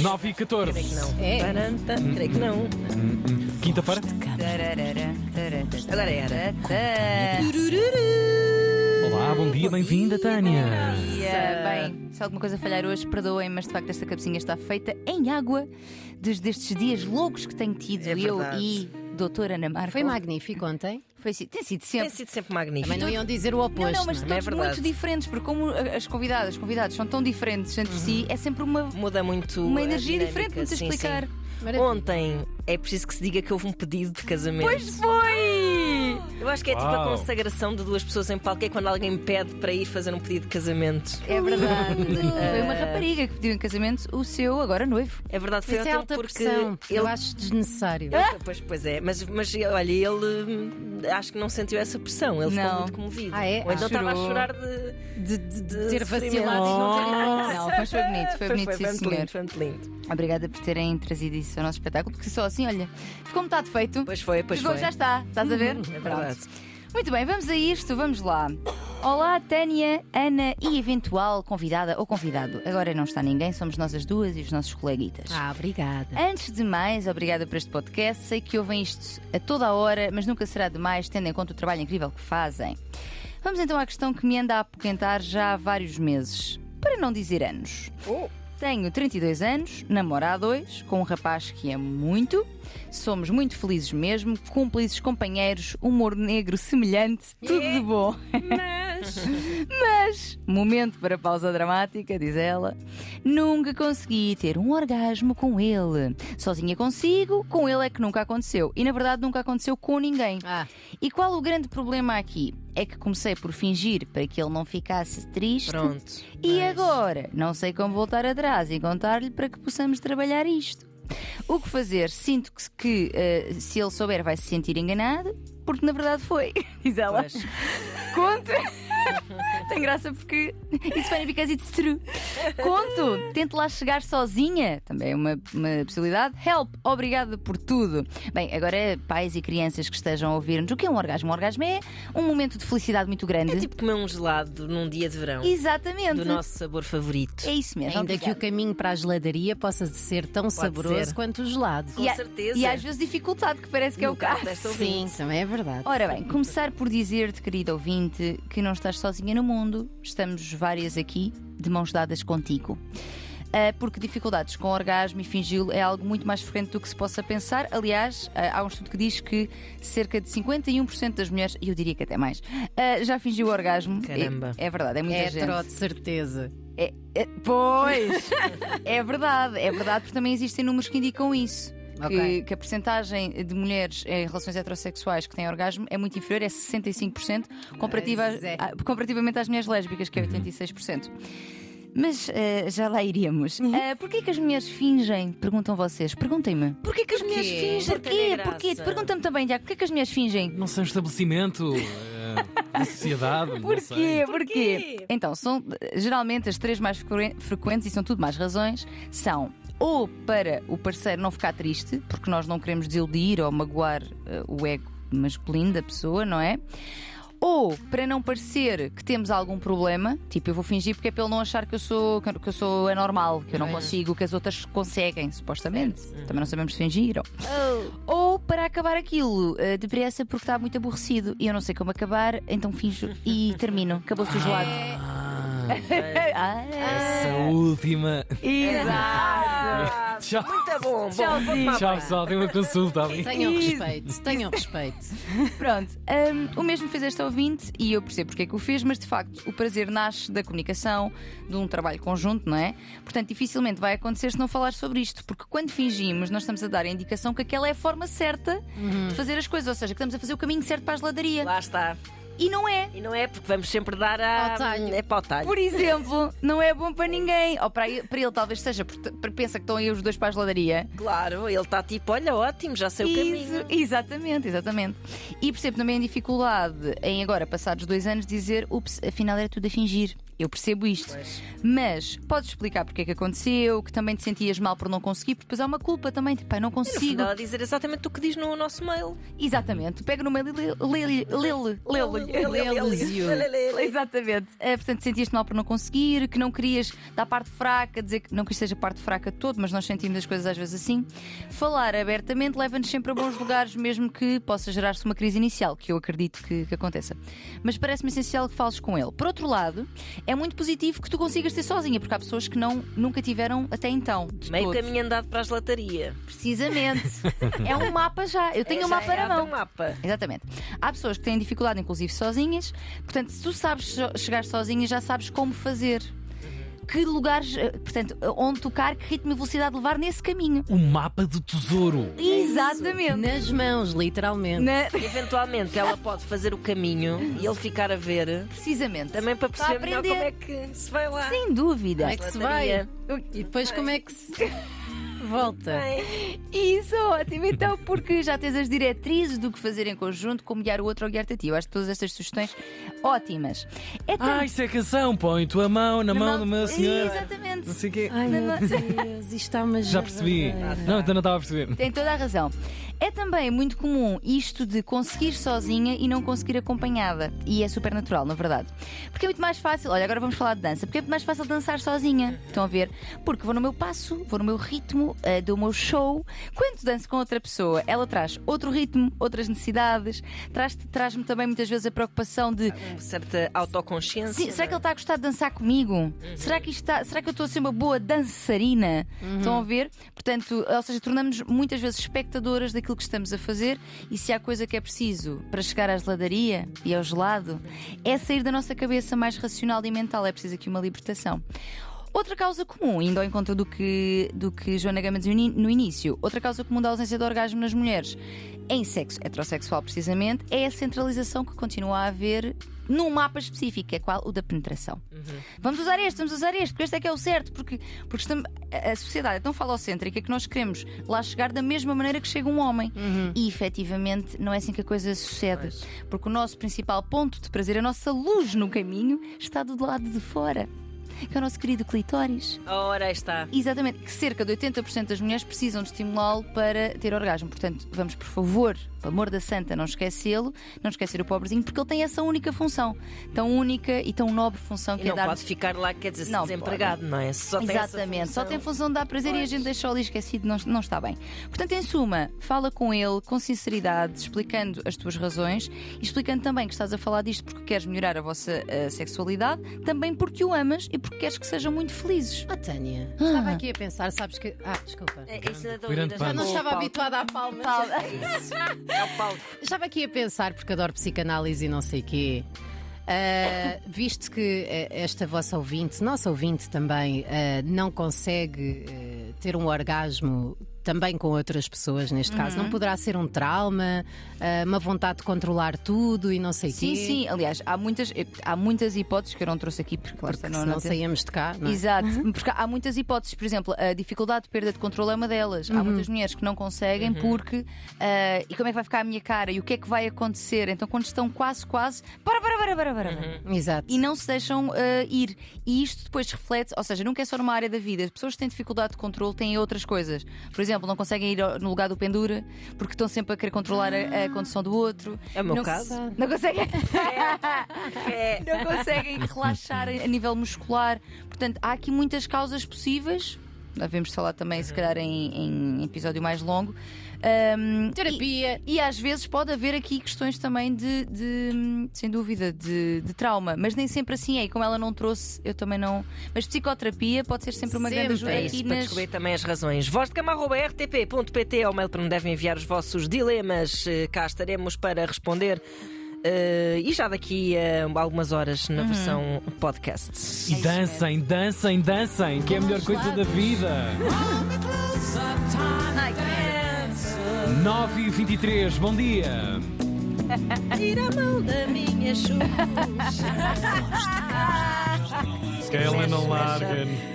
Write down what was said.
9 e 14. Creio que não. É. Taranta, creio que não. Quinta-feira? Tararara, taranta. Agora era. Tá. Olá, bom dia, bem-vinda, Tânia. Nossa, Bem, se alguma coisa falhar hoje, perdoem, mas de facto esta cabecinha está feita em água desde estes dias loucos que tenho tido É eu verdade. e doutora Ana Marco. Foi magnífico ontem. Foi si- tem sido Tem sempre. sido sempre Também magnífico. não iam dizer o Não, oposto. não, mas não é? não é todos verdade. muito diferentes, porque como a- as convidadas, os convidados são tão diferentes entre si, é sempre uma, Muda muito. uma a energia dinâmica, diferente, muito sim, a sim. explicar. Maravilha. Ontem é preciso que se diga que houve um pedido de casamento. Pois foi! Eu acho que é tipo a Uau. consagração de duas pessoas em palco, é quando alguém me pede para ir fazer um pedido de casamento. É verdade. É. Foi uma rapariga que pediu em casamento o seu agora noivo. É verdade, foi Isso é ontem alta porque pressão. Eu ele. acho desnecessário. Pois, pois é, mas, mas olha, ele hum, acho que não sentiu essa pressão, ele ficou Não. muito comovido. Ah, é? Ou então Ah. estava a Chorou. chorar de. De, de- de De ter sofrimento. Oh! vacilado e não ter ido. Não, mas foi bonito, foi Pois bonito, foi sim, muito senhor. lindo, foi muito lindo. Obrigada por terem trazido isso ao nosso espetáculo, porque só assim, olha, ficou metade feito. Pois foi, pois Ficou, foi. já está, estás a ver? É verdade. Muito bem, vamos a isto, vamos lá. Olá, Tânia, Ana e eventual convidada ou convidado. Agora não está ninguém, somos nós as duas e os nossos coleguitas. Ah, obrigada. Antes de mais, obrigada por este podcast. Sei que ouvem isto a toda a hora, mas nunca será demais, tendo em conta o trabalho incrível que fazem. Vamos então à questão que me anda a apoquentar já há vários meses, para não dizer anos. Tenho 32 anos, namoro há dois, com um rapaz que amo muito. Somos muito felizes mesmo, cúmplices, companheiros, humor negro semelhante, tudo de bom. Mas, momento para pausa dramática, diz ela. Nunca consegui ter um orgasmo com ele. Sozinha consigo, com ele é que nunca aconteceu. E na verdade nunca aconteceu com ninguém. Ah, E qual o grande problema aqui? É que comecei por fingir para que ele não ficasse triste. Pronto. E agora? Não sei como voltar atrás e contar-lhe para que possamos trabalhar isto. O que fazer? Sinto que, que, eh, se ele souber vai se sentir enganado, porque na verdade foi, diz ela. Pois. Conto. Tem graça porque it's funny because it's true. Conto. Tento lá chegar sozinha. Também é uma, uma possibilidade. Help. Obrigada por tudo. Bem, agora pais e crianças que estejam a ouvir-nos, o que é um orgasmo? Um orgasmo é um momento de felicidade muito grande. É tipo comer um gelado num dia de verão. Exatamente. Do nosso sabor favorito. É isso mesmo. ainda que o Obrigada. caminho para a geladaria possa ser tão saboroso ser. quanto o gelado. Com e a- certeza. E às vezes dificuldade, que parece que é o No caso caso. desta Sim, ouvinte. também é verdade. Ora bem, começar por dizer-te, querida ouvinte, que não estás sozinha no mundo, estamos várias aqui, de mãos dadas contigo. Ah, porque dificuldades com orgasmo e fingi-lo é algo muito mais frequente do que se possa pensar. Aliás, ah, há um estudo que diz que cerca de 51% das mulheres, e eu diria que até mais, ah, já fingiu orgasmo. Caramba. É, é verdade, é muita É gente. tro de certeza. É- é- pois! é verdade, é verdade, porque também existem números que indicam isso. Que, Ok. que a percentagem de mulheres em relações heterossexuais que têm orgasmo é muito inferior, é 65%, comparativa Pois é. a- comparativamente às mulheres lésbicas, que é 86%. Mas eh, já lá iríamos. Uhum. Eh, porquê que as mulheres fingem? Perguntam vocês. Perguntem-me. Porquê que as mulheres Porquê? fingem? Porquê? Tânia Porquê? Graça? Pergunta-me também, Tiago, porquê que as mulheres fingem? Não sei, um estabelecimento, eh, da sociedade, não sei. Porquê? Porquê? Então, são eh, geralmente as três mais frequen- frequentes e são tudo mais razões, são ou para o parceiro não ficar triste, porque nós não queremos desiludir ou magoar eh, o ego masculino da pessoa, não é? Ou para não parecer que temos algum problema, tipo eu vou fingir porque é para ele não achar que eu sou que eu sou anormal, que eu não consigo, que as outras conseguem, supostamente. Também não sabemos fingir. ou- ou para acabar aquilo eh, depressa porque está muito aborrecido e eu não sei como acabar, então finjo e termino. Acabou-se o gelado. Ah, Ah, essa última. Exato! Tchau, é Muito bom, bom. Tchauzinho. tchau pessoal, tem uma consulta tá ali. Tenham respeito, tenham respeito. Pronto, hum, o mesmo fez este ouvinte e eu percebo porque é que o fez, mas de facto o prazer nasce da comunicação, de um trabalho conjunto, não é? Portanto, dificilmente vai acontecer se não falar sobre isto, porque quando fingimos, nós estamos a dar a indicação que aquela é a forma certa de fazer as coisas, ou seja, que estamos a fazer o caminho certo para a geladaria. Lá está. E não é. E não é porque vamos sempre dar a. Ao talho. É para o talho. Por exemplo, não é bom para ninguém. Ou para ele, para ele talvez seja, porque t- pensa que estão aí os dois para a geladaria. Claro, ele está tipo, olha, ótimo, já sei o caminho. exatamente, exatamente. E percebo também a dificuldade em agora, passados dois anos, dizer ups, afinal era tudo a fingir. eu percebo isto. Mas podes explicar porque é que aconteceu, que também te sentias mal por não conseguir, porque depois há uma culpa também, tipo, pai, E não no consigo. final a dizer exatamente o que diz no nosso mail. Exatamente, pega no mail e lê- lê-lhe. lê-lhe- lê-lhe. é Exatamente. Eh, portanto, sentiste mal por não conseguir, que não querias dar parte fraca, dizer que não que isto seja parte fraca de todo, mas nós sentimos as coisas às vezes assim. Falar abertamente leva-nos sempre a bons lugares, mesmo que possa gerar-se uma crise inicial, que eu acredito que, que aconteça. Mas parece-me essencial que fales com ele. Por outro lado, é muito positivo que tu consigas ter sozinha, porque há pessoas que não, nunca tiveram até então. de Meio todo. caminho andado para a gelataria. Precisamente. é um mapa já. Eu tenho um Já mapa é na mão. um mapa. Exatamente. Há pessoas que têm dificuldade, inclusive sozinhas. Portanto, se tu sabes so- chegar sozinha, já sabes como fazer. Que lugares, eh, portanto, onde tocar, que ritmo e velocidade levar nesse caminho. O mapa do tesouro. Exatamente. Nas mãos, literalmente. Na- Eventualmente ela pode fazer o caminho e ele ficar a ver. Precisamente. Também para Para perceber melhor como é aprender. que se vai lá. Sem dúvida. Como é que se vai? Lataria. E depois como é que se volta? Bem, Isso, ótimo. Então, porque já tens as diretrizes do que fazer em conjunto, como guiar o outro ou guiar-te a ti. Eu acho todas estas sugestões ótimas. É Ah, isso é canção. Põe tua mão na, mão do meu senhor. Exatamente. Não sei o quê. Ai meu Deus, isto está uma Já percebi. jardadeira. Não, então não estava a perceber. Tem toda a razão. É também muito comum isto de conseguir sozinha e não conseguir acompanhada. E é super natural, na verdade. Porque é muito mais fácil. Olha, agora vamos falar de dança. Porque é muito mais fácil dançar sozinha. Estão a ver? Porque vou no meu passo, vou no meu ritmo, eh, dou o meu show. Quando danço com outra pessoa, ela traz outro ritmo, outras necessidades, traz- traz-me também muitas vezes a preocupação de uma certa autoconsciência. Sim, será que ele está a gostar de dançar comigo? Será, que isto está, será que eu estou a ser uma boa dançarina? Estão a ver? Portanto, ou seja, tornamos-nos muitas vezes espectadoras daquilo que estamos a fazer e se há coisa que é preciso para chegar à geladaria e ao gelado, é sair da nossa cabeça mais racional e mental. É preciso aqui uma libertação. Outra causa comum, indo ao encontro do que, do que Joana Gama dizia ni- no início, outra causa comum da ausência de orgasmo nas mulheres, em sexo heterossexual precisamente, é a centralização que continua a haver num mapa específico, que é qual? O da penetração. Vamos usar este, vamos usar este, porque este é que é o certo, porque, porque estamos- a a sociedade é tão falocêntrica que nós queremos lá chegar da mesma maneira que chega um homem. E efetivamente não é assim que a coisa sucede, porque o nosso principal ponto de prazer, a nossa luz no caminho, está do lado de fora. Que é o nosso querido clitóris. Ora, é? aí está. Exatamente, que cerca de 80% das mulheres precisam de estimulá-lo para ter orgasmo. Portanto, vamos, por favor, pelo amor da santa, não esquecê-lo, não esquecer o pobrezinho, porque ele tem essa única função, tão única e tão nobre função E que é não dar pode ficar lá, quer dizer, Não desempregado, não é? Só tem essa Exatamente, só função. tem função de dar prazer e a gente deixa ali esquecido, não, não está bem. Portanto, em suma, fala com ele com sinceridade, explicando as tuas razões e explicando também que estás a falar disto porque queres melhorar a vossa eh, sexualidade, também porque o amas e porque queres que sejam muito felizes. Oh, Tânia, estava aqui a pensar, sabes que. Ah, desculpa. É, isso ainda estou a Grande ouvir, pano. Já Bom, não estava Paulo. habituada à palma. É o Paulo. Estava aqui a pensar, porque adoro psicanálise e não sei quê. ah, visto que eh, esta vossa ouvinte, nossa ouvinte também, ah, não consegue eh, ter um orgasmo também com outras pessoas, neste caso, não poderá ser um trauma, ah, uma vontade de controlar tudo e não sei Sim, quê. sim, aliás, há muitas, eh, há muitas hipóteses que eu não trouxe aqui porque, claro, Porque senão saímos de cá. Não é? Exato, porque há muitas hipóteses, por exemplo, a dificuldade de perda de controle é uma delas. Há muitas mulheres que não conseguem porque ah, e como é que vai ficar a minha cara e o que é que vai acontecer? Então, quando estão quase, quase, para, para, para, para, para. para. Exato. E não se deixam ah, ir. E isto depois reflete, ou seja, nunca é só numa área da vida. As pessoas que têm dificuldade de controle têm outras coisas. Por exemplo, não conseguem ir ao- no lugar do pendura porque estão sempre a querer controlar a, a condição do outro. É o meu não, caso. Não conseguem. É. não conseguem relaxar a nível muscular. Portanto, há aqui muitas causas possíveis. Nós vamos falar também, se calhar, em, em episódio mais longo. Ahm, Terapia. E, e às vezes pode haver aqui questões também de, de, sem dúvida, de, de trauma, mas nem sempre assim é. E como ela não trouxe, eu também não. Mas psicoterapia pode ser sempre uma grande ajuda Sempre. É aqui isso, para nas- descobrir também as razões. Voz de rtp.pt é o mail para onde devem enviar os vossos dilemas. Eh, Cá estaremos para responder. eh, e já daqui a algumas horas Uhum. na versão podcast. E dancem, dancem, dancem, que é a melhor coisa da vida. 9 e 23, bom dia. Tira a mão da minha chuva. Ela não larga.